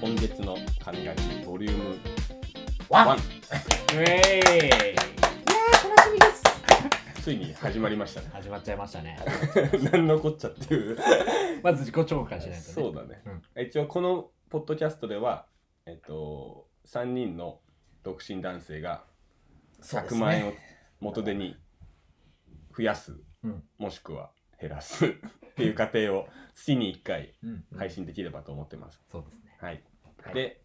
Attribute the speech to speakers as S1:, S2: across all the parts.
S1: 今月の神々ボリューム1
S2: ワンウェイ
S1: ついに始まりました ね
S2: 始まっちゃいましたね。
S1: 何のこっちゃっていう
S2: まず自己紹介しないとね。
S1: そうだね、
S2: うん
S1: 一応このポッドキャストではえっと3人の独身男性が
S2: そうで
S1: 100
S2: すね
S1: 万円を元手に増やす、
S2: うん
S1: もしくは減らす っていう過程を月に1回
S2: うんうん
S1: 配信できればと思ってます、
S2: そうですね。
S1: はい、
S2: はい
S1: で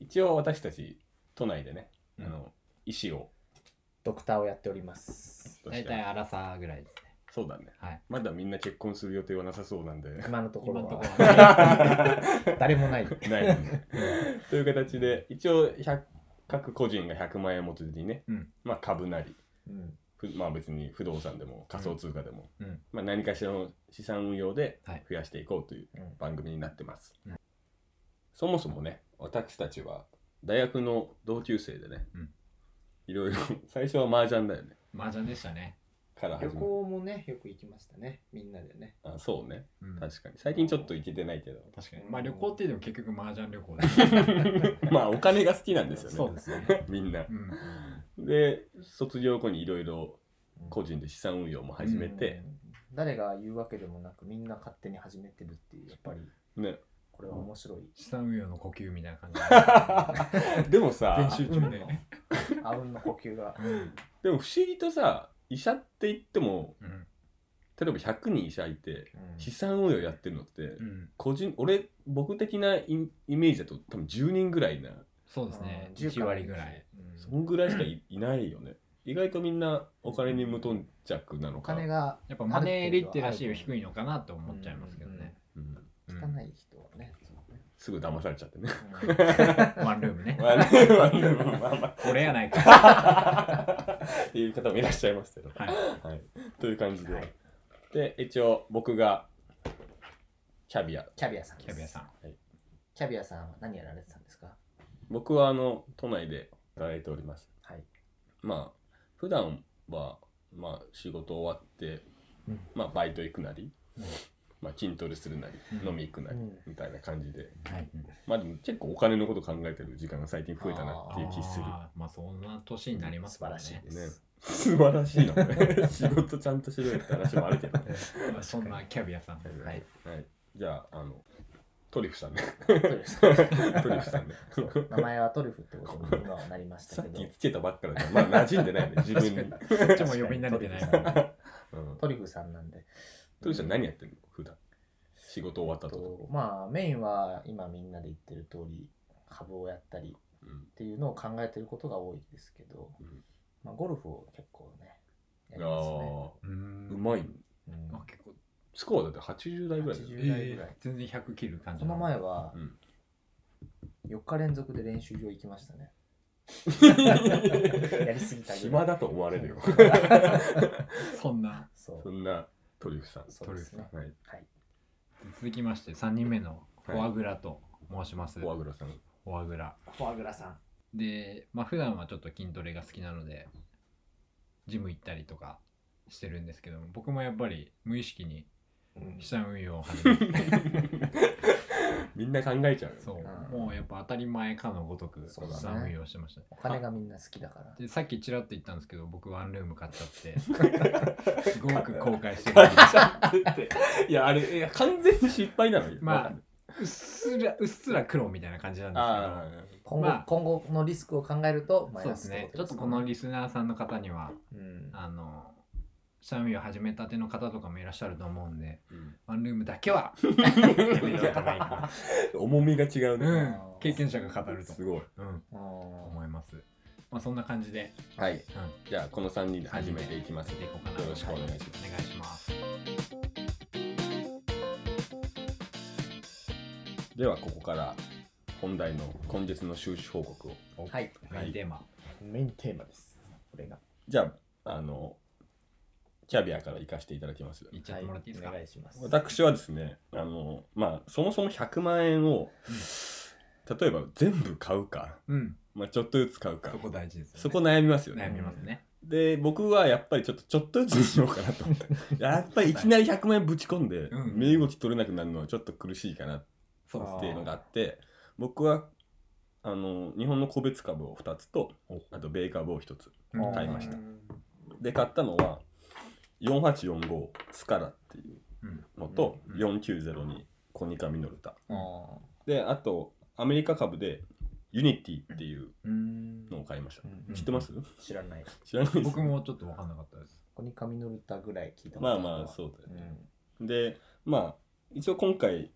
S1: 一応私たち都内でね、
S2: うん
S1: あの医師を
S3: ドクターをやっております。
S1: とし
S2: 大
S1: て
S2: 体アラサーぐらいですね。
S1: そうだね
S2: はい。
S1: まだみんな結婚する予定はなさそうなんで
S3: 今のとこ
S2: 今の
S3: ろ
S2: とこ
S3: は
S2: ろはね
S3: 誰もない。
S1: ないよねという形で一応100各個人が100万円元手にね、
S2: うん
S1: まあ、株なり
S3: うん、
S1: ふまあ別に不動産でも仮想通貨でも、
S2: うん
S1: まあ、何かしらの資産運用で
S2: はい
S1: 増やしていこうという
S3: うん
S1: 番組になってます、
S2: うん
S1: そもそもね私たちは大学の同級生でね、
S2: うん
S1: いろいろ最初は麻雀だよね
S2: 麻雀でしたね。
S1: から始ま
S3: 旅
S1: る
S3: 行もね、よく行きましたね。みんなでね。
S1: あそうね
S2: うん
S1: 確かに最近ちょっと行けてないけど
S2: 確かに。まあ旅行っていうのも結局麻雀旅行で
S1: まあお金が好きなんですよね
S2: そうですね。
S1: みんな
S2: う。ん。
S1: で、卒業後にいろいろ個人で資産運用も始めて、
S3: うん誰が言うわけでもなく、みんな勝手に始めてるっていう、やっぱり、
S1: ね。
S3: これは面白い。
S2: 資産運用の呼吸みたいな感じ
S1: でもさ
S2: 全、集中で。
S3: あうんの呼吸が。
S2: うん
S1: でも不思議とさ、医者って言っても、
S2: うん
S1: 例えば100人医者いて、
S3: うん
S1: 資産運用やってるのって
S2: う、ん。
S1: 個人、俺、僕的なイイメージだと多分10人ぐらいな、
S2: そうですね
S3: う。ん10
S2: 1割ぐらい。
S3: うん
S1: そんぐらいしかいいないよね。意外とみんなお金に無頓着なの
S3: お
S1: か。
S3: 金が
S2: やっぱマネーリテラシーが低いのかなって思っちゃいますけどね。
S1: うん
S2: うん
S3: 汚い人はね。そうね
S1: すぐ騙されちゃってね。
S2: ワンルー ムね。
S1: まあねまあねまあまあ
S2: 俺やないか。
S1: っていう方もいらっしゃいますけど。
S2: はい。
S1: はい、という感じで、
S3: はい
S1: で一応僕がキャビア
S3: キャビアさんで
S2: キ
S3: す。
S2: ャビアさん。
S3: キャビアさんは何やられてたんですか
S1: 僕はあの都内で働いております
S3: はい。
S1: まあ普段はまあ仕事終わって、
S3: うん
S1: まあバイト行くなり、
S2: うん
S1: まあ筋トレするなり、
S2: うん
S1: 飲み行くなり
S3: うん
S1: みたいな感じで
S2: はい。
S1: まあでも結構お金のこと考えてる時間が最近増えたなっていう気する
S2: あーまあそんな年になります
S3: 素晴らしいです。
S1: 素晴らしいのね 仕事ちゃんとしろよって話もあるけどね、
S2: ね。そんなキャビアさん。
S3: はい。
S1: はい、じゃああのトリュフさんね
S3: トリュフさ
S1: ト
S3: ん
S1: リュフさんね
S3: そう名前はトリュフってことに今はなりまし た
S1: さ
S3: け
S1: っ
S3: ど
S1: きつけたばっかだから、まあ馴染んでない ね、自分に。
S2: 確こっちも呼び慣れてないもん。
S1: うん
S3: トリュフさんなんで
S1: トリさん何やってるの普段。仕事終わったと。
S3: とまあメインは今みんなで言ってる通り株をやったりっ
S1: うん
S3: ていうのを考えてることが多いですけど、
S1: うん
S3: まあ、ゴルフを結構ねやり
S1: あ
S3: ますね、
S1: あ、
S2: うー。
S1: うんまいの。
S3: うん
S2: あ、結構。
S1: スコアだって80代ぐらいだよね。
S3: 10代
S2: え
S3: ぐらい
S2: ー全然100切る感じ。
S3: この前。は
S1: うん
S3: 4日連続で練習場行きました ねやりすぎたぐら
S1: 暇
S3: い
S1: だと思われ るよ。
S2: そんな。
S3: そ、
S1: そうんなトリュフさん。
S3: そうですね
S1: はい。
S3: はい
S2: 続きまして3人目のフォアグラと申します。
S1: フォア
S2: フ
S1: グラさん。
S2: ォアグラ。
S3: フォアグラさん
S2: で、まあ普段はちょっと筋トレが好きなので、ジム行ったりとかしてるんですけども、僕もやっぱり無意識に
S3: うん
S2: 資産運用を始めて、
S1: みんな考えちゃうよね。
S2: そう、
S3: うん
S2: もうやっぱ当たり前かのごとく
S3: そうだね
S2: 資産運用してましたね
S3: お金がみんな好きだから
S2: でさっきちらっと言ったんですけど僕ワンルーム買っち ゃってすごく後悔してる
S1: いや、あれ、いや完全に失敗なのよ。
S2: まあうっすらうっすら黒みたいな感じなんです
S1: あ
S2: けど
S3: 今後,、
S2: まあ
S3: 今後のリスクを考えるとマイ
S2: そう
S3: ナ
S2: です
S3: ス
S2: ね
S3: て
S2: ちょっとこのリスナーさんの方には
S3: うん
S2: あの資産運用始めたての方とかもいらっしゃると思うんで
S1: ーうん
S2: ワンルームだけは やめた方がいいか
S1: 重みが違う
S2: な、う
S1: ね。
S2: ん、経験者が語ると
S1: す、ごい。
S2: うん、
S3: うん
S2: 思いますまあそんな感じで、
S1: はい。
S2: うん、
S1: じゃあ、この3人で始めていきます
S2: やっ。ていこうかな
S1: よろしくお願いします
S2: お願いします
S1: ではここから本題の今月の収支報告を
S3: はい
S2: メインテーマ
S3: メインテーマですこれが
S1: じゃああのキャビアから行かせていただきます
S2: 言っちゃってもらっていいですか、
S3: お願いします
S1: 私はですねあのまあそもそも100万円を例えば全部買うか、
S2: うん
S1: まあ、ちょっとずつ買うか
S2: そこ大事ですよね、
S1: そこ悩みますよ
S2: 悩
S1: ね
S2: みますね、
S1: で僕はやっぱりちょっとちょっとずつにしようかなと思って やっぱりいきなり100万円ぶち込んで
S2: うん
S1: 身動き取れなくなるのはちょっと苦しいかなっ
S2: そうです
S1: ていう
S2: ね
S1: のがあって僕はあの日本の個別株を2つと
S2: お
S1: あと米株を1つ
S2: うん
S1: 買いました
S2: うん
S1: で買ったのは4845スカラっていう
S2: うん
S1: のと、
S2: うん
S1: 4902コニカミノルタ
S3: あ
S1: であとアメリカ株でユニティっていう
S2: うん
S1: のを買いました、
S3: ー
S1: 知ってます
S3: 知らない。
S1: 知らないです
S2: 僕もちょっと分かんなかったです。
S3: ここに紙のルタぐらい聞いたこと
S1: ま
S3: あ
S1: あ
S3: るな
S1: まあそうだよ
S3: う
S1: ね、
S3: ん。
S1: でまあ一応今回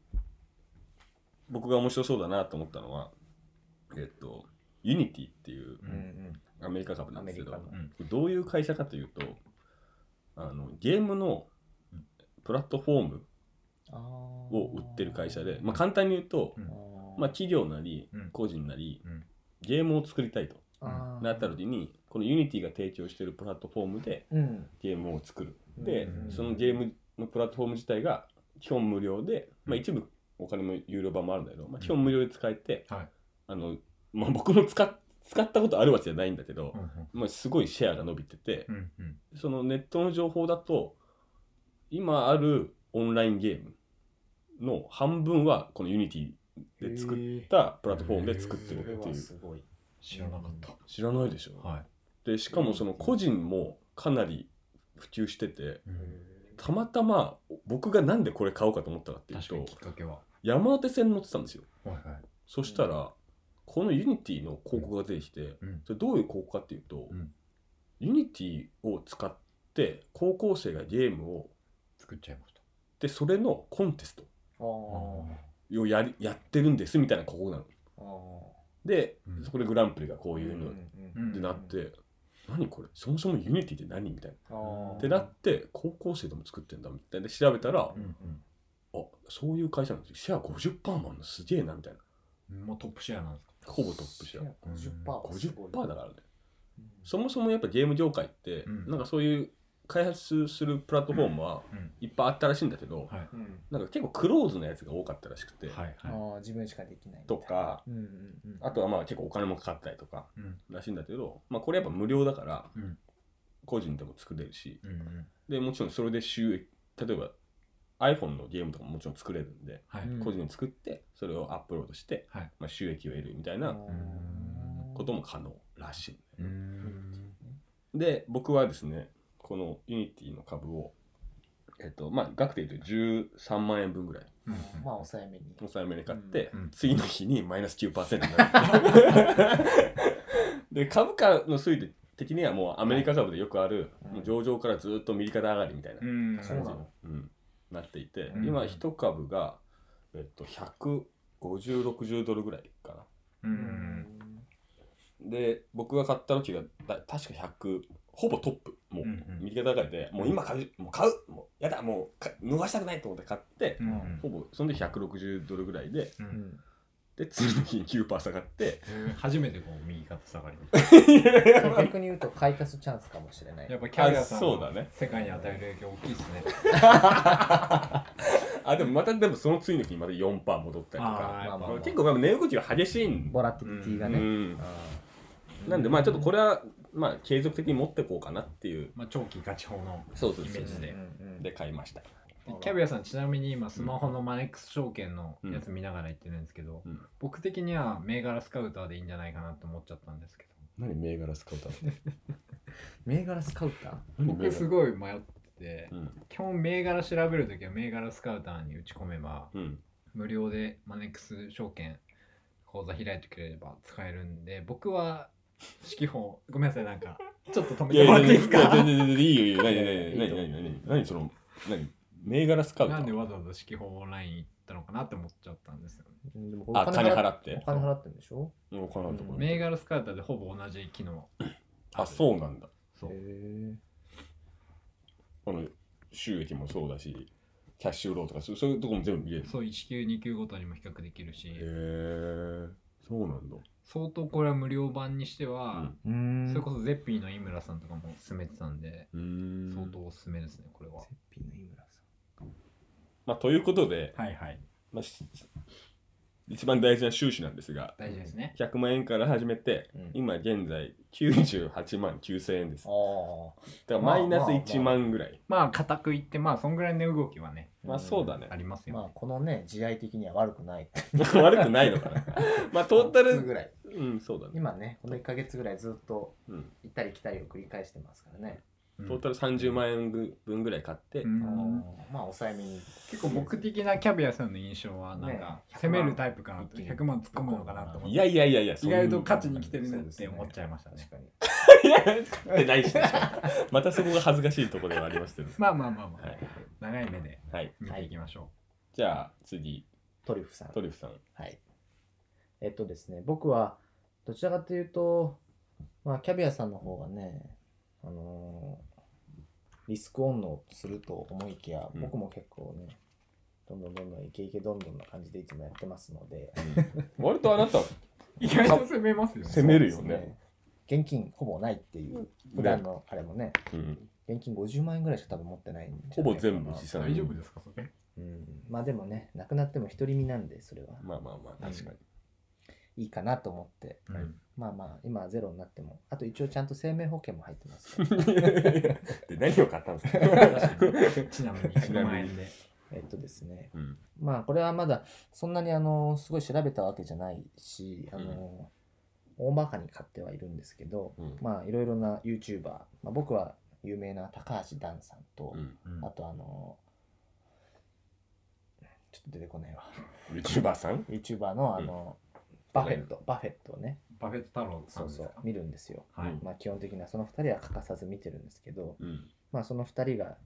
S1: 僕が面白そうだなと思ったのはえっとユニティっていう
S2: う
S3: うん
S2: ん
S1: アメリカ株なんですけ
S3: アメ
S1: ど
S3: リカ
S1: どういう会社かというとあのゲームのプラットフォーム
S3: うん。
S1: を売ってる会社で、まあ、簡単に言うと、
S2: うん
S1: まあ、企業なり
S2: うん
S1: 個人なり
S2: うん
S1: ゲームを作りたいと
S3: あー
S1: なった時にこのユニティが提供しているプラットフォームで
S3: うん。
S1: ゲームを作るで
S2: うん
S1: そのゲームのプラットフォーム自体が基本無料で、ま
S2: う
S1: あ、
S2: ん
S1: 一部お金も有料版もあるんだけど、まあ、
S2: ん
S1: 基本無料で使えて、
S2: はい
S1: あのまあ、僕も使っ使ったことあるわけじゃないんだけど
S2: う、ん
S1: まあ、すごいシェアが伸びてて、
S2: うんうん
S1: そのネットの情報だと今あるオンラインゲームの半分はこのユニティで作ったプラットフォームで作ってる
S3: それ
S1: ってい
S3: は
S1: う
S3: すごい。
S2: 知らなかった。
S1: 知らないでしょ、
S2: は
S1: でしかもその個人もかなり普及してて
S2: い。うん
S1: たまたま僕がなんでこれ買おうかと思ったかっていう
S2: 確かに
S1: と
S2: きっかけは。
S1: 山手線乗ってたんですよ
S2: はいはい。
S1: そしたら、このユニティの広告が出てきて、
S2: うん
S1: それどういう広告かっていうと、
S2: うん
S1: ユニティを使って高校生がゲームを
S2: 作っちゃいました。
S1: でそれのコンテスト
S3: あー
S1: をやりやってるんですみたいな広告なの
S3: あー。
S1: で、
S2: うん
S1: そこでグランプリがこういうのっ
S3: ん
S1: てなって、
S3: うん
S1: 何これそもそもユニティって何みたいな。
S3: あー
S1: ってなって高校生でも作ってんだみたいなで調べたら、
S3: うん
S1: あそういう会社なんですよシェア50%もあるのすげえなみたいな
S2: うん。もうトップシェアなんですか。
S1: ほぼトップシェア
S3: 50%はすごい
S1: 50%だからね
S3: うん
S1: そもそもやっぱゲーム業界って、
S2: うん
S1: なんかそういう開発するプラットフォームは
S2: うん。
S1: いっぱいあったらしいんだけど、
S2: はい。
S3: うん
S1: なんか結構クローズなやつが多かったらしくて、
S2: はい
S3: あ
S2: は
S3: ー自分しかできないみた
S1: と
S3: いな
S1: か
S3: うんうんうん
S1: あとはまあ結構お金もかかったりとか
S2: い。うん
S1: らしいんだけど、まあ、これやっぱ無料だから
S2: うん
S1: 個人でも作れるし
S2: うんうん。
S1: でもちろんそれで収益例えば iPhone のゲームとかももちろん作れるんで、
S2: はい。
S3: うん
S1: 個人で作ってそれをアップロードして、
S2: はい
S1: まあ、収益を得るみたい
S3: あ
S1: な
S3: ー
S2: うん
S1: ことも可能らしい、
S2: うーん。
S1: で僕はですねこのユニティの株をえっとまあ額で言うと13万円分ぐらい
S2: うん
S3: まあ抑えめに
S1: 抑えめに買って、
S2: うんうん
S1: 次の日にマイナス9%になるっ ていうで株価の推移的にはもうアメリカ株でよくある、
S3: うん
S1: もう上場からずっと右肩上がりみたいな
S2: うん。
S3: そうな
S1: 感じ
S3: の
S1: に、うんなっていて、
S2: うん
S1: 今一株が、えっと、15060ドルぐらいかな
S2: う。
S3: うん
S1: で僕が買った時がだ確か100ほぼトップもう、
S2: うんうん
S1: 右肩上がりでもう今買うもう買うもうやだもうか逃したくないと思って買って、
S2: うんうん
S1: ほぼその時160ドルぐらいで
S2: う。
S3: うんん
S1: で次の日に9%下がって
S2: へー初めてこう右肩下がりました。
S3: 逆に言うと買い足すチャンスかもしれない
S2: やっぱキャリアさん
S1: あそうだ
S2: の
S1: ね
S2: 世界に与える影響大きいですね。
S1: あでもまたでもその次の日にまた4%戻ったりと
S2: ああ、
S1: か
S2: やっぱ
S3: まあまあ
S1: 結構やっぱ値動きは激しいん
S3: ボラティリティが
S1: う
S3: ね、
S1: ん
S3: あ
S1: なんでまあちょっとこれはまあ継続的に持ってこうかなっていう
S2: まあ長期ガチ法の。
S1: そうそう
S2: イメ
S1: そう
S2: ー
S3: ー
S2: ジで
S3: うんうんうん
S1: で買いました
S3: あら
S2: キャビアさんちなみに今スマホのマネックス証券のやつ見ながら言ってるんですけど、
S1: うん
S2: 僕的には銘柄スカウターでいいんじゃないかなと思っちゃったんですけ
S1: 何銘柄使うたの
S3: 銘柄スカウター
S2: ど僕すごい迷ってて
S1: うん
S2: 基本銘柄調べるときは銘柄スカウターに打ち込めば
S1: うん
S2: 無料でマネックス証券口座開いてくれれば使えるんで僕は四季報ごめんなさいなんかちょっと止めてもらっていいです
S1: や
S2: か
S1: やいやいやいいよいいよ
S3: い
S1: 何
S3: いよ
S1: 何何何何何その何銘柄スカウト
S2: なんでわざわざ四季報オンライン行ったのかなって思っちゃったんですよね
S3: うんでもこれ
S1: あ金払
S3: っ
S1: って
S3: お金払ってるんでしょ
S1: お金払ってこれ
S2: 銘柄スカウターでほぼ同じ機能
S1: あそうなんだ
S2: そう
S3: へー
S1: この収益もそうだしキャッシュローとかそうそういうとこも全部見れる
S2: そう1級2級ごとにも比較できるし、
S1: へえそうなんだ
S2: 相当これは無料版にしては、
S3: うーん
S2: それこそゼッピーの井村さんとかも勧めてたんで、
S1: うん
S2: 相当おすすめですねこれは
S3: セッピーの井村さん
S1: まあということで、
S2: はいはい
S1: まあ、し一番大事な収支なんですが
S2: 大事ですね、
S1: 100万円から始めて、
S3: うん
S1: 今現在98万9000円ですだか
S3: あ
S1: ら
S3: ま
S1: マ
S3: あ
S1: イナス
S3: まあまあ
S1: 1万ぐらい、
S2: まあ固く言ってまあそんぐらいの動きはね
S1: まあそうだね
S2: ありますよ、
S3: まあ
S2: ね
S3: このね、地合的には悪くない。
S1: 悪くないのかな。まあトータ
S3: 三つ
S1: ル、
S3: ぐらい。
S1: うん、そうだね。
S3: 今ね、この1ヶ月ぐらいずっと
S1: うん、
S3: 行ったり来たりを繰り返してますからね。
S2: うん
S1: トータル30万円分ぐらい買って、
S2: う
S3: あー
S2: ん
S3: まあ抑えめに。
S2: 結構僕的なキャビアさんの印象はなんか
S3: ねえ
S2: 攻めるタイプかなと
S3: 100
S2: 100万突っ込むのかなと思っ
S1: い
S2: て
S1: やいやいやいや、
S2: 意外と勝ちに来て
S1: る。
S2: るなっ
S3: そうです
S2: て
S3: ね
S2: 思っちゃいましたね
S3: 確かに。
S1: いや、勝ってないし、またそこが恥ずかしいところではありますけど。
S2: まあまあまあまあ、
S1: はい、
S2: 長い目で
S1: はい、
S2: 見ていきましょ
S1: じゃあ次、
S3: トリュフさん。
S1: トリュフさん。
S3: はい。えっとですね、僕はどちらかというと、まあ、キャビアさんの方がね、あのーリスクオンのすると思いきや、
S1: うん
S3: 僕も結構ね、どんどんどんどんイケイケどんどんな感じでいつもやってますので、
S1: 割とあなた、
S2: う意外と攻めますよ
S1: 攻めるよ
S3: そう
S1: ね
S3: です。現金ほぼないっていう、普段のあれもね、
S1: うん、
S3: 現金50万円ぐらいしか多分持ってないんじ
S1: ほ
S3: ゃないかな
S1: ぼ全部資産。
S2: 大丈夫ですかそれ
S3: うん。まあでもね、なくなっても独り身なんで、それは
S1: まあまあまあ、 確かに。
S3: いいかなと思って、
S2: うん
S3: まあまあ、今はゼロになっても、あと一応ちゃんと生命保険も入ってます から。
S1: で何を買ったんですか
S2: ちなみに100万円で
S3: えっとですね、
S1: うん、
S3: まあこれはまだそんなにあのすごい調べたわけじゃないし、あの大まかに買ってはいるんですけど、
S1: うん
S3: まあいろいろな YouTuber、まあ、僕は有名な高橋ダンさんと
S1: う、ん、
S3: あとあの、ちょっと出てこないわ、
S1: YouTuber さん
S3: YouTuber のあの、バフェット、バフェットをね、
S2: バフェット太郎さん
S3: そう
S2: です
S3: そ
S2: か
S3: う、見るんですよ。
S2: はい、
S1: うん
S3: まあ基本的なその2人は欠かさず見てるんですけど、
S1: うん、
S3: まあ、その2人が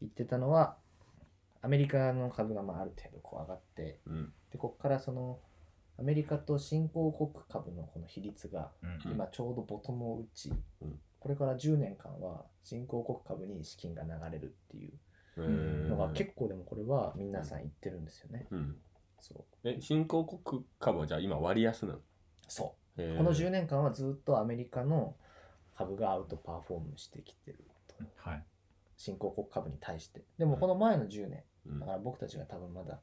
S3: 言ってたのはアメリカの株がまあある程度こう上がって
S1: うん、
S3: でここからそのアメリカと新興国株のこの比率が
S2: うん
S3: 今ちょうどボトムを打ち、
S1: うん
S3: これから10年間は新興国株に資金が流れるっていう
S1: え
S3: のが
S1: ー
S3: 結構でもこれは皆さん言ってるんですよね。
S1: うん、
S3: そう
S1: え新興国株はじゃあ今割安なの、
S3: そ
S1: え
S3: う
S1: ー
S3: この10年間はずっとアメリカの株がアウトパフォームしてきてると
S2: はい
S3: 新興国株に対してでもこの前の10年
S1: うん
S3: だから僕たちが多分まだ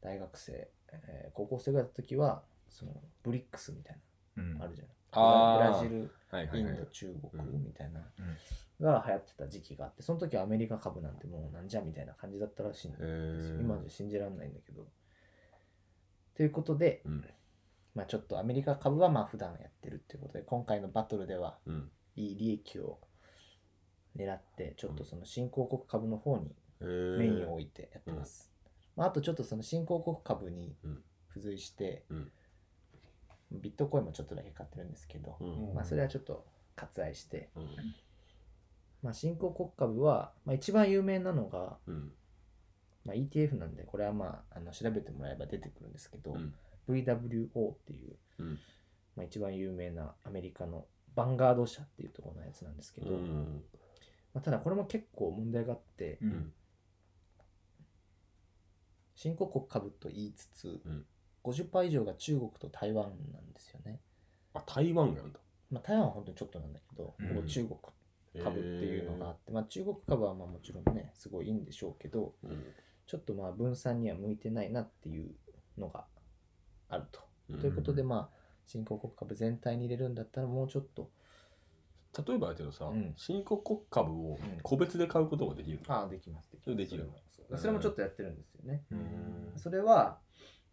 S3: 大学生、えー高校生ぐらいの時はそのブリックスみたい
S2: うん
S3: なのあるじゃない
S1: あー
S3: ブラジル、
S1: はいはい
S3: イ
S1: は
S3: ン
S1: い
S3: ド、中国
S1: うん
S3: みたいなが流行ってた時期があってその時はアメリカ株なんてもうなんじゃみたいな感じだったらしいん
S1: え
S3: ですよ
S1: ー
S3: 今じゃ信じられないんだけどということで、
S1: うん
S3: まあ、ちょっとアメリカ株はまあ普段やってるっていうことで今回のバトルでは
S1: うん
S3: いい利益を狙ってちょっとその新興国株の方に
S1: えー
S3: メインを置いてやってます。まあ、あとちょっとその新興国株に
S1: うん
S3: 付随して、
S1: うん
S3: ビットコインもちょっとだけ買ってるんですけど、
S1: うん
S3: まあ、それはちょっと割愛して、
S1: うん
S3: まあ、新興国株は、まあ、一番有名なのが、
S1: うん
S3: まあ、ETF なんでこれはまああの調べてもらえば出てくるんですけど、
S1: うん
S3: VWO っていう、
S1: うん
S3: まあ、一番有名なアメリカのバンガード社っていうところのやつなんですけど、
S1: うん
S3: まあ、ただこれも結構問題があって、
S1: う
S2: う
S1: んん
S3: 新興国株と言いつつ、
S1: うん
S3: 50%以上が中国と台湾なんですよね。
S1: あ台湾なんだ
S3: まあ、台湾は本当にちょっとなんだけど、
S2: うん
S3: ほぼ中国株っていうのがあって、まあ、中国株はまあもちろんねすごいいいんでしょうけど
S1: えーうん
S3: ちょっとまあ分散には向いてないなっていうのがあると。
S1: うん
S3: ということでまあ新興国株全体に入れるんだったらもうちょっと
S1: 例えばだけどさ、
S3: うん
S1: 新興国株を
S3: うん
S1: 個別で買うことができるの
S3: ああできますできます
S1: できる
S3: それもそうそれもちょっとやってるんですよね。
S1: うん
S3: それは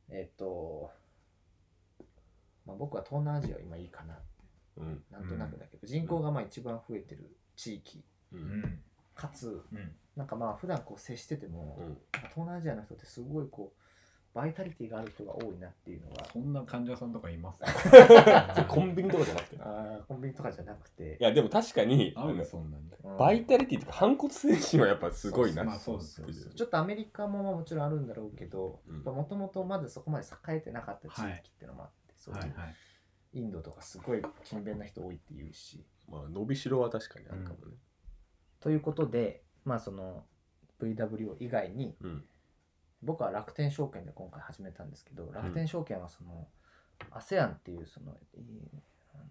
S3: えっ、と、まあ、僕は東南アジアは今いいかな
S1: うん
S3: なんとなくだけど、人口がまあ一番増えてる地域
S1: う
S2: うんん
S3: かつ
S2: うん
S3: なんかまあ普段こう接してても、
S1: うん
S3: 東南アジアの人ってすごいこうバイタリティがある人が多いなっていうのが
S2: そんな患者さんとかいます
S1: それコンビニとかじゃな くてい
S3: あーコンビニとかじゃなくて
S1: やでも確かに
S2: あ
S1: あの
S2: るそんなに
S3: うん
S1: バイタリティとか反骨精神はやっぱすごいな
S2: まあそうです
S1: す
S2: よ
S3: ちょっとアメリカもまあもちろんあるんだろうけど
S1: うん
S3: もともとまだそこまで栄えてなかった地域っていうのもあって、そう
S2: はいはい
S3: インドとかすごい勤勉な人多いっていうし
S1: まあ伸びしろは確かにあるかもね
S3: ということでまあその VWO 以外に
S1: うん
S3: 僕は楽天証券で今回始めたんですけど楽天証券はその ASEAN っていうその,えー、あの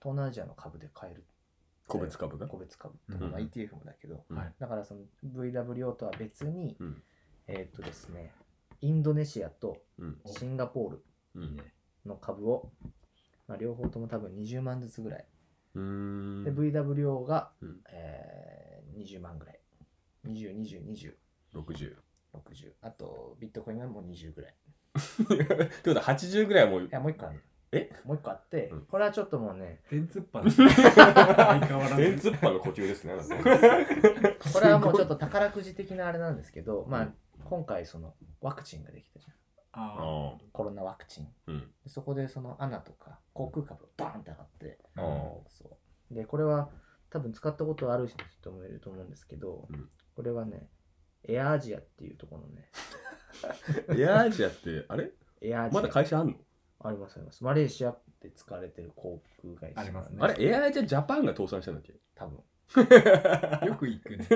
S3: 東南アジアの株で買える
S1: 個別株が
S3: 個別株とか、
S1: うん
S3: まあ ETF もだけど、
S1: うん
S2: はい
S3: だからその VWO とは別に、
S1: うん
S3: えーっとですねインドネシアと
S1: うん
S3: シンガポール
S1: う
S2: いい
S1: ん
S2: ね
S3: の株を、まあ、両方とも多分20万ずつぐらい、
S1: うーん
S3: で VWO が、
S1: うん
S3: えー20万ぐらい202020
S1: 60
S3: 60。あと、ビットコインがもう20ぐらい。
S1: ってことは80ぐらいはもう
S3: いや、もう一個ある。
S1: え
S3: もう一個あって
S1: うん、
S3: これはちょっとも うね、
S2: 全突破ですね相変わら
S1: 全
S2: ず
S1: 突破の呼吸ですね。
S3: これはもうちょっと宝くじ的なあれなんですけど、まあ、今回そのワクチンができたじゃん。
S2: あ
S1: あ
S3: コロナワクチン。
S1: うん
S3: でそこでそのアナとか航空株バーンって上がって、
S1: あー
S3: そう。で、これは多分使ったことある人もいると思うんですけど、
S1: うん
S3: これはね、エアアジアっていうところのね、
S1: あ。エアアジアって、あれ
S3: エアアジア。
S1: まだ会社あんの
S3: ありますあります。マレーシアって使われてる航空会社。
S2: ありますね
S1: あれエアアジアジャパンが倒産したんだ っけ
S3: 多分。
S2: ーよく行くね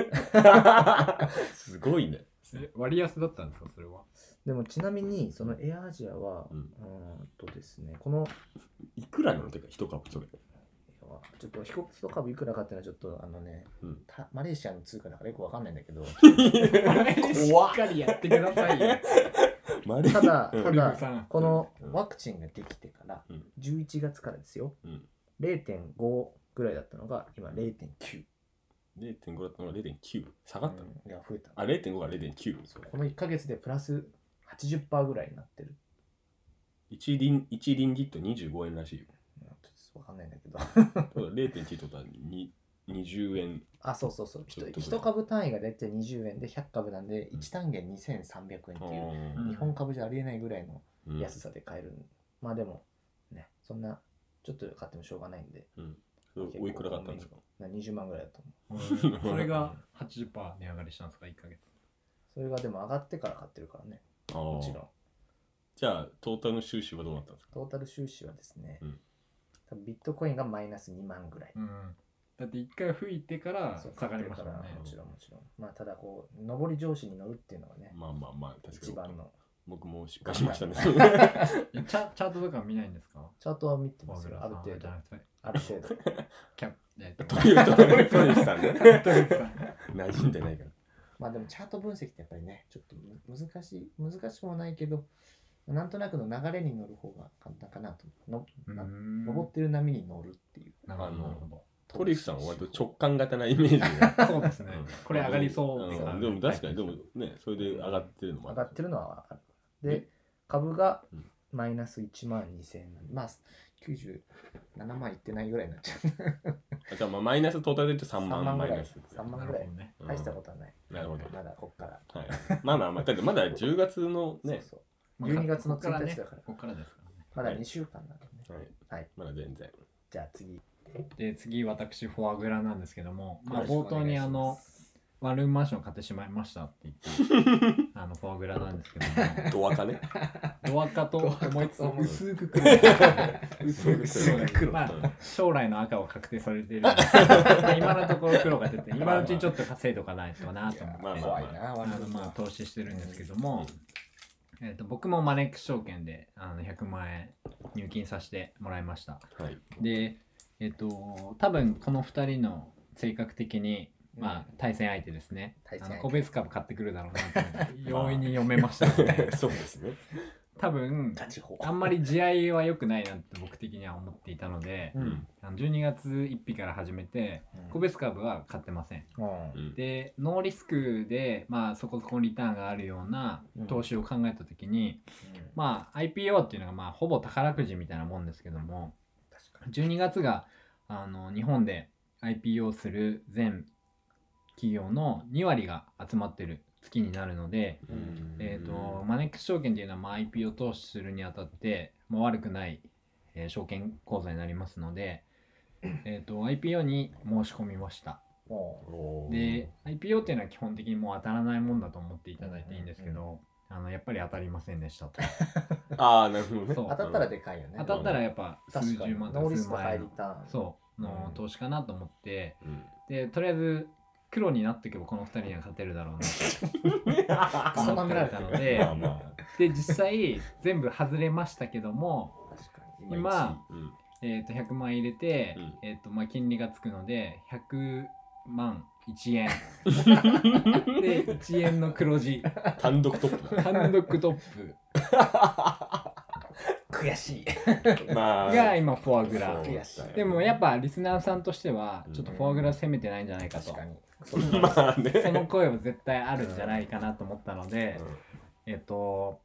S1: すごいね。
S2: え割安だったんですかそれは
S3: でもちなみに、そのエアアジアは、
S1: う
S3: うんーんとですね、この、
S1: いくらなのてか、一株それ。
S3: ちょっと飛行機と株いくらかっていうのはちょっとあのね、
S1: うん
S3: たマレーシアの通貨だからよくわかんないんだ けど、
S2: しっかりやってくださいよ
S1: マレ
S3: ただ、
S1: うん
S3: た
S2: トリュフ
S3: だ、
S2: さん
S3: この
S1: うん
S3: ワクチンができてから
S1: うん、
S3: 11月からですよ、
S1: うん
S3: 0.5ぐらいだったのが、今0.9。
S1: 0.5だったのが0.9。下がったの、
S3: うんいや、増えた。
S1: あ、0.5が0.9。
S3: そうこの1ヶ月でプラス80%ぐらいになってる。
S1: 1リン、1リンギット25円らしいよ。
S3: うんちょっとわかんないんだけど。
S1: だから0.9ってことはに20円。
S3: あ、そうそうそう。
S1: ちょっと
S3: 1, 株単位が大体20円で100株なんで、
S1: うん
S3: 1単元2300円っていう、
S2: ん
S3: 日本株じゃありえないぐらいの
S1: うん
S3: 安さで買える。まあでも、ね、そんな、ちょっと買ってもしょうがないんで、
S1: うんおいくらだったんですか
S3: な20万ぐらいだと思う。
S2: それが80%値上がりしたんですか1ヶ月
S3: それがでも上がってから買ってるからね、
S1: あ
S3: もちろ
S1: ー
S3: ん。
S1: じゃあ、トータルの収支はどうなったんですか
S3: トータル収支はですね、
S1: うん
S3: 多分ビットコインがマイナス2万ぐらい。
S2: うんだって1回吹いてから
S3: そう
S2: 下がりましたもん
S3: 買っ
S2: ね
S3: てるからもちろんもちろん。まあただこう、上り上司に乗るっていうのはね、
S1: まあまあまあ、確
S3: 一
S1: か
S3: 番
S1: に。
S3: の。
S1: 僕も失敗しま したね。
S2: えチャチャートとか見ないんですか
S3: チャートは見て
S2: フォ
S3: ま
S2: ア
S3: す
S2: グ
S3: よ
S2: ラ、
S3: あ
S2: さん
S3: る程
S2: じ
S3: 度
S2: ゃ。なくて
S3: ある程度。
S2: キャップえっと
S1: トリュフトリュフさ んね。
S2: トリュフさん
S1: 馴染んでないから。
S3: まあでもチャート分析ってやっぱりね、ちょっとむ難しい、難しくもないけど、なんとなくの流れに乗る方が簡単かなと。の
S2: うー
S3: な
S2: なる
S3: ん登ってる波に乗るっていう。
S2: ほどなるほど
S1: トリュフさんは割と直感型なイメージが。
S2: そうですね。これ上がりそうって
S1: ん
S2: 感じ
S1: でも確かに、でもね、それで上がってるのも
S3: 上がって
S1: る。
S3: るのはある。
S1: え
S3: で、株が
S1: うん
S3: マイナス1万2000円なんでまあ97万いってないぐらいになっちゃ う。
S1: あじゃあまあマイナストータルで言うと3
S3: 3
S1: 万
S3: 万
S1: マイ
S3: ぐらい
S1: ナス。
S3: 3万
S2: なる
S3: ぐ
S2: ほど
S3: らい。
S2: ね。
S1: うん
S3: 大したことはない。
S1: なるほど。
S3: まだこっから。
S1: はい。まあまあまあ、だってまだ10月のね、
S3: そうそう12月の1日だから
S2: ここからですから
S3: まだ2週間なんでね。
S1: はい。
S3: はい。
S1: まだ全然。
S3: じゃあ次。
S2: ね。で、次、私、フォアグラなんですけども、まあ、
S3: よろ
S2: 冒
S3: しく
S2: 頭
S3: お願い
S2: に
S3: し
S2: あの
S3: ま、す
S2: ワンルームマンション買ってしまいましたって言って、あの、フォアグラなんですけども、
S1: ドアかね。
S2: ドアカと思いつつ
S3: ドアカと思いつつ
S2: 薄く黒い。
S1: 薄く黒い
S2: まあ、将来の赤は確定されてるんですけど、まあ今のところ黒が出て、今のうちにちょっと稼いとかないとなと思って。
S1: まあまあ
S3: 怖いな、
S2: あ
S3: ワ
S2: の
S3: ン
S2: まあ投資してるんですけども、えー、と僕もマネックス証券であの100万円入金させてもらいました
S1: はい。
S2: でえっ、と多分この2人の性格的に、まあ、対戦相手ですね
S3: 対戦
S2: あ
S3: 相手
S2: の個別株買ってくるだろうなと思って容易に読めましたので
S1: そうですね。
S2: 多分
S3: ガチ法。
S2: あんまり地合いは良くないなって僕的には思っていたので
S3: うん
S1: うん。
S2: あの12月1日から始めて個別株は買ってません
S3: うん
S1: うん
S2: でノーリスクで、まあ、そこそこリターンがあるような投資を考えた時に、
S3: ま
S2: まあ IPO っていうのがまあほぼ宝くじみたいなもんですけども
S3: あ、確かに。
S2: 12月があの日本で IPO する全企業の2割が集まってる月になるので、
S1: うん
S2: えー、とマネックス証券っていうのはまあ IPO 投資するにあたって、まあ、悪くない、えー証券口座になりますので、えー、と IPO に申し込みました。
S1: お
S3: も
S1: ー
S2: で IPO っていうのは基本的にもう当たらないもんだと思っていただいていいんですけど、
S3: うん
S2: あのやっぱり当たりませんでしたと
S1: ああ、なるほどね。
S2: そう
S3: う当たったらでかいよね。
S2: 当たったらやっぱ数
S3: 確か
S2: 十
S3: に。
S2: 万
S3: ノー
S2: と
S3: リ
S2: 数
S3: スク
S2: 万
S3: 入
S2: 円
S3: り
S2: の
S3: ターン。
S2: そうの
S3: うん
S2: 投資かなと思って
S1: うん。
S2: でとりあえず黒になっていけばこの2人には勝てるだろうなと
S3: そんな
S2: 思っ
S3: め
S2: て
S3: られ
S2: た
S3: た
S2: の
S3: の
S2: で
S1: まあま
S2: で実際全部外れましたけども、
S3: 確か
S1: あ。
S3: に。
S2: 今
S1: うん。
S2: えー、と100万円入れて、
S1: うん
S2: えーとまあ、金利がつくので100万1円 で1円の黒字
S1: 単独トップ。
S2: 単独トップ
S3: 悔しい。
S1: まあ。
S2: が今フォアグラ
S1: そう
S3: 悔しい
S2: でもやっぱリスナーさんとしてはちょっとフォアグラ攻めてないんじゃないかと
S3: 確かに。そんな
S1: まあね。
S2: その声は絶対あるんじゃないかなと思ったので、えっと、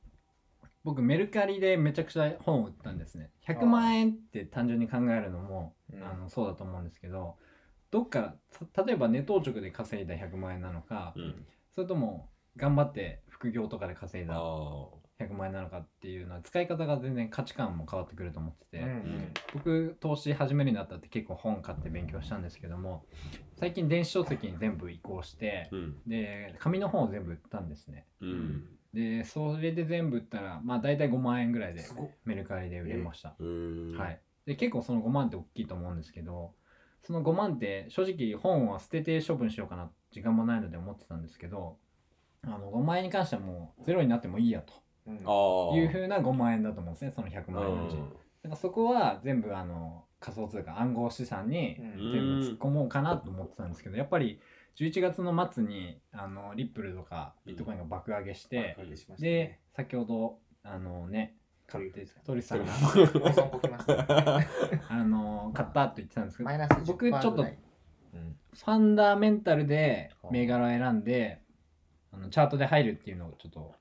S2: 僕メルカリでめちゃくちゃ本を売ったんですね。100万円って単純に考えるのも
S3: うん
S2: あのそうだと思うんですけど、どっかた例えばネトウ直で稼いだ100万円なのか、
S1: うん。
S2: それとも頑張って副業とかで稼い
S1: あ
S2: だ100万円なのかっていうのは使い方が全然価値観も変わってくると思ってて、
S3: うん
S2: 僕投資始めるになったって結構本買って勉強したんですけども最近電子書籍に全部移行して
S1: あ。うん。
S2: で紙の本を全部売ったんですね
S1: うん。
S2: でそれで全部売ったらまあ大体5万円ぐらいです
S3: ごっ
S2: メルカリで売れました、
S1: へー
S2: は。いで結構その5万って大きいと思うんですけどその5万って正直本は捨てて処分しようかな時間もないので思ってたんですけどあの5万円に関してはもうゼロになってもいいやと
S3: うん
S1: ああ。
S2: いうふうな5万円だと思うんですねその100万円のうち、だからそこは全部あの仮想通貨暗号資産に
S3: うん
S2: 全部突っ込もうかなと思ってたんですけどやっぱり11月の末にあのリップルとかビットコインが爆上げして、
S3: おかけしました
S2: で
S3: ね
S2: 先ほどあのね買って鳥さんが
S3: お散歩来ましたね
S2: あの買ったと言ってたんですけど
S3: マイナス10%
S2: 僕ちょっと
S3: ぐらいうん
S2: ファンダメンタルで銘柄を選んであのチャートで入るっていうのをちょっと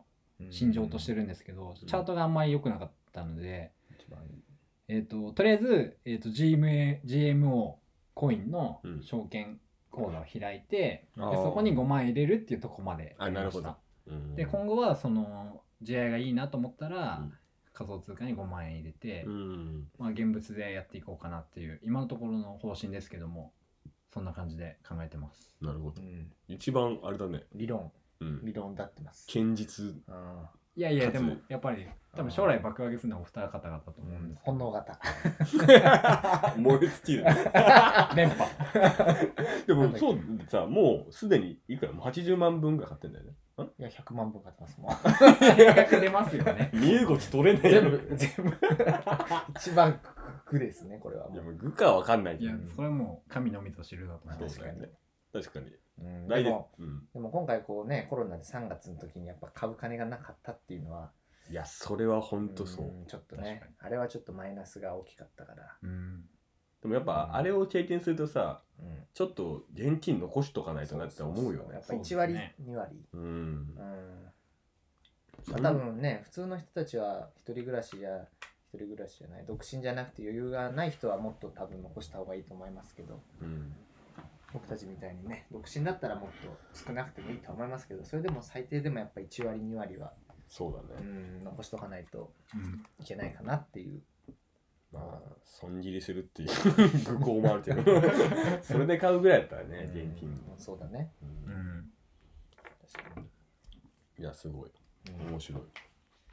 S2: 信条としてるんですけど、
S1: うん
S2: チャートがあんまり良くなかったので。
S3: 一番いい
S2: えっ、と、とりあえず、えっ、と、GMA、GMO コインの
S1: うん
S2: 証券口座を開いて、
S1: あ
S2: で
S1: ー
S2: そこに5万円入れるっていうとこまで
S1: あなるほどうん。
S2: で、今後は、その、地合いがいいなと思ったら、
S1: うん
S2: 仮想通貨に5万円入れて、
S1: うん。
S2: まあ、現物でやっていこうかなっていう、今のところの方針ですけども、そんな感じで考えてます。
S1: なるほ
S3: う
S1: ど。
S3: ん
S1: 一番あれだね。
S3: 理論
S1: うん。
S3: 理論だってます
S1: 堅実。
S3: うん
S2: いやいや、
S1: かつ
S2: でも、やっぱり、多分将来爆上げするのはお二方々だと思うん ですけど
S3: 本能型
S1: 燃え尽き る。
S2: 連覇。
S1: で
S3: なん
S1: も
S3: だっけ
S1: そうさ、もうすでにいくらもう80万分ぐらい買ってんだ よね。
S3: いや100万分買ってますもん
S2: 逆出ますよね。
S1: 身動き取れない
S3: 全部全部一番苦ですねこれはも
S1: いや
S3: う、
S1: もう具かわかんない
S2: い
S1: けど
S2: や、それはもう神のみぞ知るだと思うんです
S1: 確
S2: け
S1: か
S2: ど
S1: にね確かに
S3: うんで
S1: 来年
S3: も
S1: うん
S3: でも今回こうねコロナで3月の時にやっぱ買う金がなかったっていうのはい
S1: やそれは本当そう
S3: うんちょっとね
S2: 確
S3: あれはちょっとマイナスが大きかったから、
S2: うん。
S1: でもやっぱあれを経験するとさ
S3: うん、
S1: ちょっと現金残しとかないとなって思うよ
S3: そそそ
S1: ね
S3: やっぱ1
S2: そうで
S3: 割、
S2: すね
S3: 2割
S1: うん
S3: うん
S1: そ
S3: まあ
S1: れ
S3: 多分ね普通の人たちは一人暮らしや一人暮らしじゃない独身じゃなくて余裕がない人はもっと多分残した方がいいと思いますけど
S1: うん
S3: 僕たちみたいにね独身だったらもっと少なくてもいいと思いますけどそれでも最低でもやっぱ1割2割は
S1: そうだ
S3: う
S1: ね
S3: ん残しとかないと
S2: うん
S3: いけないかなっていう
S1: まあ損切りするっていう 愚行もあるけ どそれで買うぐらいだったらね現金
S3: うんそうだね
S1: うん
S2: うん
S3: 確かに
S1: いやすごい
S3: うん
S1: 面白い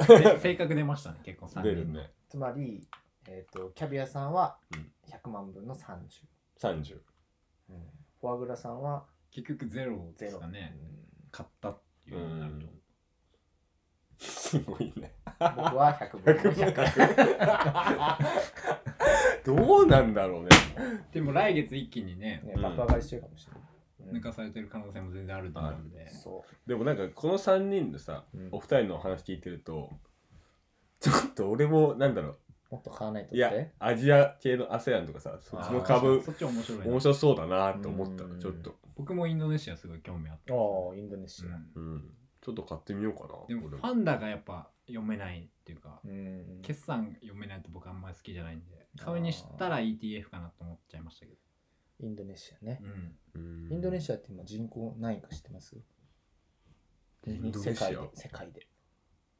S2: せ性格出ましたね、結構3人。
S1: 出るね
S3: つまり、えー、とキャビアさんは
S1: うん
S3: 100万分の30、
S1: 30
S3: うんフォアグラさんは
S2: 結局ゼロで
S3: ゼ
S2: す
S3: ロ
S2: かね。買ったっていううのになる
S1: んすごい ね
S3: うん僕は100分の100
S1: どうなんだろうね
S2: と。でも来月一気にね、
S3: ね
S1: うん
S3: 爆上がりしてるかもしれない、うん
S2: 抜かされてる可能性も全然あると思うんで。
S3: そ
S1: でもなんかこの3人でさ
S3: う、うん
S1: お
S3: も
S1: 二人のお話聞いてるとちょっと俺もなんだろ
S3: っと買わないと
S1: う
S3: っ
S1: いや
S3: て
S1: アジア系の ASEAN とかさそっちの株
S2: そっち面白い
S1: 面
S2: な。
S1: 白そうだなと思った
S3: うん
S1: ちょっと、
S2: 僕もインドネシアすごい興味あった。
S3: ああインドネシ
S2: う
S3: ア
S2: ん
S1: うん、ちょっと買ってみようかな
S2: でもフ
S1: 俺
S2: ァンダがやっぱ読めないっていうか、
S3: うん
S2: 決算読めないと僕あんまり好きじゃないんで、買うにしたら ETF かなと思っちゃいましたけど。
S3: インドネシアね
S2: う、ん。
S1: うん
S3: インドネシアって今人口何位か知ってます
S1: インドネシ
S3: 世界
S1: ア
S3: で世界で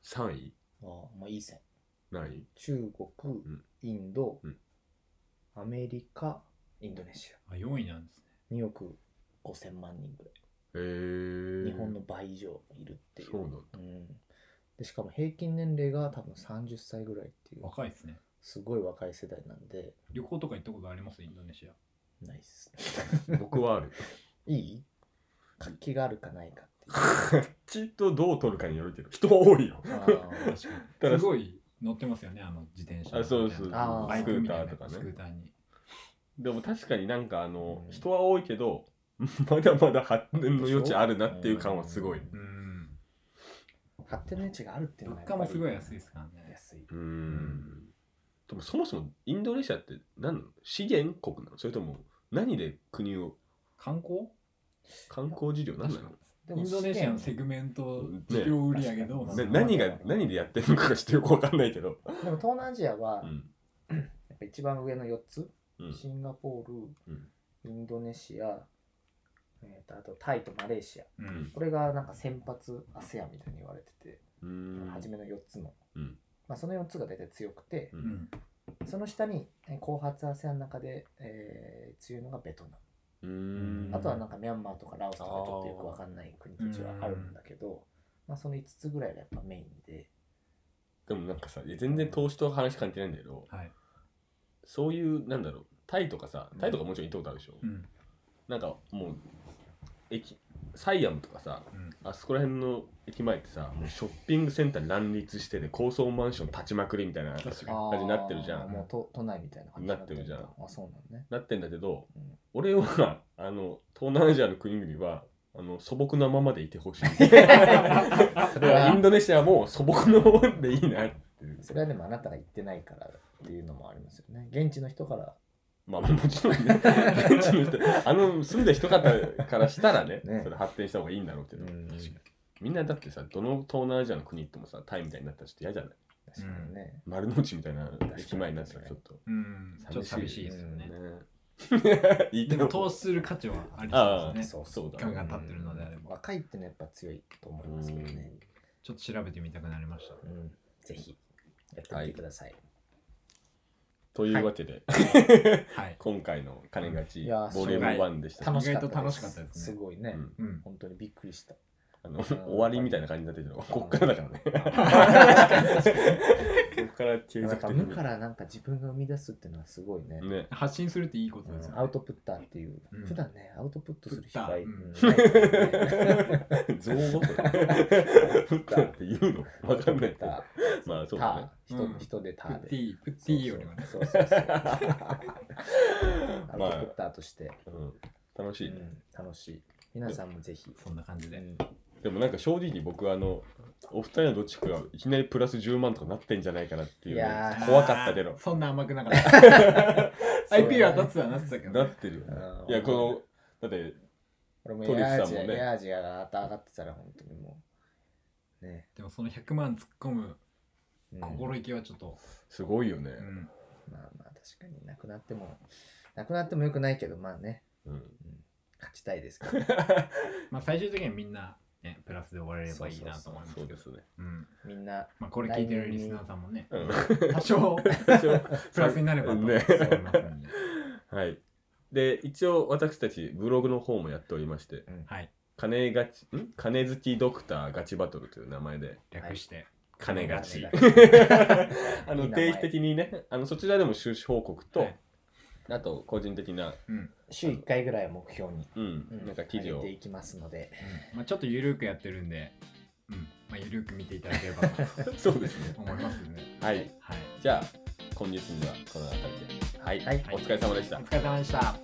S1: 3位
S3: ああまあいい線
S1: 何位
S3: 中国、
S1: ん
S3: インド、
S1: うん
S3: アメリカインドネシ
S2: あ、4位なんですね。
S3: ア2億5000万人ぐらい
S1: へー
S3: 日本の倍以上いるっていう
S1: そうなんだ
S3: うん、でしかも平均年齢が多分30歳ぐらいっていう
S2: 若いですね。
S3: すごい若い世代なんで
S2: 旅行とか行ったことありますインドネシア。
S3: ナイス
S1: 僕はある
S3: いい活気があるかないかっていう
S1: ちっとどう取るかによるけど人は多いよ
S3: あー
S2: 確かに。
S1: ただ
S2: すごい乗ってますよね、あの自転車。
S1: あそうそう
S3: あー
S1: スクーターとか
S2: スク
S1: ね
S2: ーターに。
S1: でも確かになんかあの、
S3: うん
S1: 人は多いけどまだまだ発展の余地あるなっていう感はすごい
S2: うん。
S3: 発展の余地があるっていう
S2: 物
S3: のは
S2: 価もすごい安い
S3: い
S2: ですからね。
S3: 安い
S1: うんでもそもそもインドネシアって何なの資源国なのそれとも何で国を
S2: 観光
S1: 観光事業なんなの
S3: で
S2: インドネシアの
S3: 試
S2: セグメント
S1: ね
S2: 事業売上どうなの
S3: まあ
S1: な
S3: ね
S1: 何が何でやってるのかがちょっとよくわかんないけど、
S3: 験でも東南アジアは
S1: う、ん
S3: やっぱ一番上の4つ、
S1: うん
S3: シンガポール、
S1: うん
S3: インドネシア、えーとあとタイとマレーシア
S2: うん
S3: これがなんか先発 ASEAN みたいに言われてて、
S1: うーん
S3: 初めの4つの、
S1: うん
S3: まあ、その4つが大体強くて、
S1: う
S2: うんん
S3: その下にえー後発 ASEAN の中で、えー強いのがベトナム、
S1: うーん
S3: あとはなんかミャンマーとかラオスとかちょっとよくわかんない国たちはあるんだけど、まあ、その5つぐらいがやっぱメインで
S1: でもなんかさいや全然投資と話関係ないんだけど
S2: はい
S1: そういうなんだろうタイとかさタイとかもちろん行ったことあるでしょ、
S2: うん
S1: なんかもう駅サイアムとかさ
S2: うん
S1: あそこら辺の駅前ってさもうショッピングセンター乱立してて高層マンション立ちまくりみたいな
S2: 確
S1: 感
S2: か
S1: じになってるじゃ
S3: あー
S1: ん
S3: もう都都内みたいな感じ
S1: なってるじゃん
S3: あそうなんね
S1: なってんだけど、
S3: うん
S1: 俺は あの東南アジアの国々はあの素朴なままでいてほしい
S3: そ
S1: だか
S3: れは
S1: らインドネシアも素朴なもんでいいなっていう
S3: それはでもあなたが行ってないからっていうのもありますよね。現地の人から
S1: まあもちろんね現地の人あの住んでる人方からしたらね
S3: ね
S1: それ発展した方がいいんだろうけど、
S3: うん確かに
S1: みんなだってさどの東南アジアの国行ってもさタイみたいになったらちょっと嫌じゃない
S3: 確かにね、
S1: 丸の内みたいな駅前になったらちょっと
S2: うんちょっと寂しい
S1: い
S2: ですよね、
S1: ね 言いた
S2: で
S1: いこ
S2: も
S1: と
S2: 投資する価値はありそうですね
S3: そう
S1: そうだ
S2: ガンガン立ってるのであれば
S3: 若いってのはやっぱ強いと思いますけどね。
S2: ちょっと調べてみたくなりました
S3: うんぜひやってみてください。
S1: というわけで、
S2: はい
S1: 今回の「金がち
S3: いやー
S1: ボリューム1でした
S2: い
S1: ね、
S3: 楽しかった
S2: 意外と楽しかったですね
S3: すごいね、
S1: うん
S2: うん
S3: 本当にびっくりした。
S1: あの終わりみたいな感じになってるけどこっからだからねこっから継
S3: な
S1: 続
S3: んか
S1: 的
S3: 無
S1: に
S3: からなんか自分が生み出すっていうのはすごいね。
S1: ね
S2: 発信するっていいことです
S3: う
S2: よね
S3: んアウトプッターっていう、
S2: うん
S3: 普段ね、アウトプットする機会、
S2: プ
S1: 造語とか振ったって言うのわかんないけど
S3: タ
S1: まあそうだね
S3: ー、人
S2: うん
S3: 人でタ
S2: プ
S3: ー
S2: ッ
S3: で
S2: テ。ィプッティよりはね
S3: そうそ うそう。アウ
S1: ま
S3: ト
S1: あ
S3: プッターとして、
S1: うん楽しいね
S3: うん楽しい。皆さんもぜひ。
S2: そんな感じ
S3: う
S2: で
S3: ん
S1: でもなんか正直僕あのお二人のどっちかがいきなりプラス10万とかなってんじゃないかなっていう
S3: いやー
S1: 怖かったけど
S2: そんな甘くなかった IP は
S3: そう
S2: 当た
S3: だね
S2: つはなってたけど
S1: な
S2: ね
S1: ってるよね
S3: うん
S1: いやこのだって
S3: 俺も
S1: トリ
S3: エ
S1: ュ
S3: ア
S1: フ
S3: ア
S1: さん
S3: ジア、
S1: もね
S3: エアアジアが上がってたら本当にもう。ね。
S2: でもその100万突っ込む
S3: うん
S2: 心意気はちょっと
S1: すごいよね
S2: うん
S3: まあまあ確かになくなっても、なくなってもよくないけど、まあね、
S1: うん
S3: 勝ちたいで すから。
S2: まあ最終的にはみんなねプラスで終われればいいなと思います
S1: そ
S2: け
S1: う
S2: ど
S1: ですね
S2: うん
S3: みんな、
S2: まあこれ聞いてるリスナーさんもね
S1: うん
S2: 多少プラスになればと思 い
S1: ね
S2: ますんで
S1: はい。で、一応私たちブログの方もやっておりまして、
S2: はい
S1: 金ガチ、ん金好きドクターガチバトルという名前で、
S2: 略して
S1: 金ガ
S3: いい
S1: チ
S3: 名。
S1: あの、定期的にね、あの、そちらでも収支報告と、
S2: はい
S1: あと、個人的な、
S2: うん
S3: 週1回ぐらいを目標に、
S1: うん、
S3: う
S1: なんか記事
S3: 上
S1: を
S3: げていきますので、
S2: まあちょっとゆるくやってるんでうんまあゆるく見ていただければと
S1: そうですね。
S2: 思いますんで
S1: はい。
S2: はい
S1: じゃあ、今月にはこの辺りで。はい。
S3: はい
S1: お疲れ様でした
S2: お。疲れ様でした